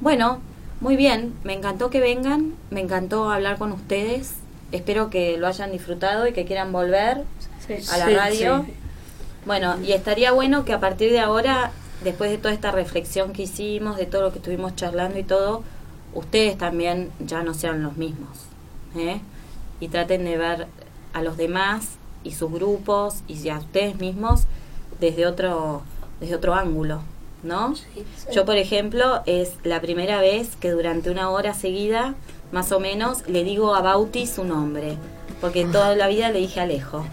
Speaker 3: bueno, muy bien. Me encantó que vengan, me encantó hablar con ustedes. Espero que lo hayan disfrutado y que quieran volver a la
Speaker 8: Sí,
Speaker 3: radio.
Speaker 8: sí.
Speaker 3: Bueno, y estaría bueno que a partir de ahora, después de toda esta reflexión que hicimos, de todo lo que estuvimos charlando y todo, ustedes también ya no sean los mismos. ¿eh? Y traten de ver a los demás y sus grupos y a ustedes mismos desde otro, desde otro ángulo, ¿no? Yo, por ejemplo, es la primera vez que durante una hora seguida, más o menos, le digo a Bauti su nombre, porque toda la vida le dije Alejo.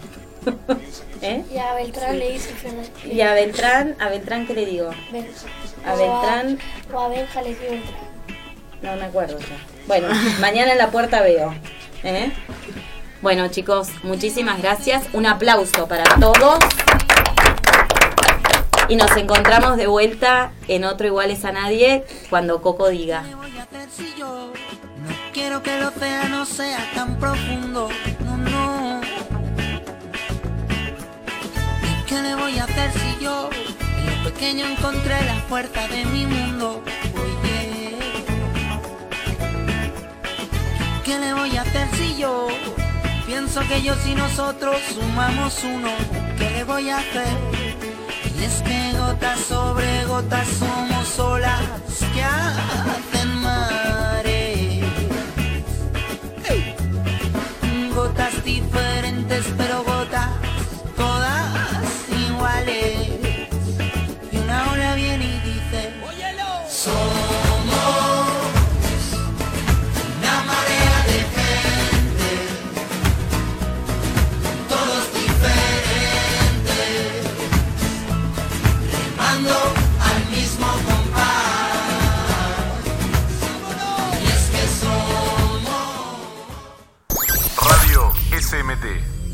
Speaker 3: ¿Eh?
Speaker 7: Y a Beltrán le dice Fernández.
Speaker 3: Y a Beltrán, ¿a Beltrán qué le digo?
Speaker 7: Bel-
Speaker 3: A
Speaker 7: o
Speaker 3: Beltrán,
Speaker 7: O a Benja le dice Beltrán.
Speaker 3: no me acuerdo ya. Bueno, mañana en la puerta veo. ¿eh? Bueno, chicos, muchísimas gracias. Un aplauso para todos. Y nos encontramos de vuelta en otro Iguales a Nadie cuando Coco diga.
Speaker 4: Quiero que el océano sea tan profundo, no, no. ¿Y ¿Qué le voy a hacer si yo en lo pequeño encontré la puerta de mi mundo? Oye. ¿Y ¿Qué le voy a hacer si yo pienso que ellos y nosotros sumamos uno? ¿Qué le voy a hacer? Y es que gota sobre gota somos olas que hacen mares. Gotas diferentes, pero gotas todas iguales. Y una ola viene y dice: Somos una marea de gente, todos diferentes, remando al mismo compás. Y es que somos.
Speaker 1: Radio SMT,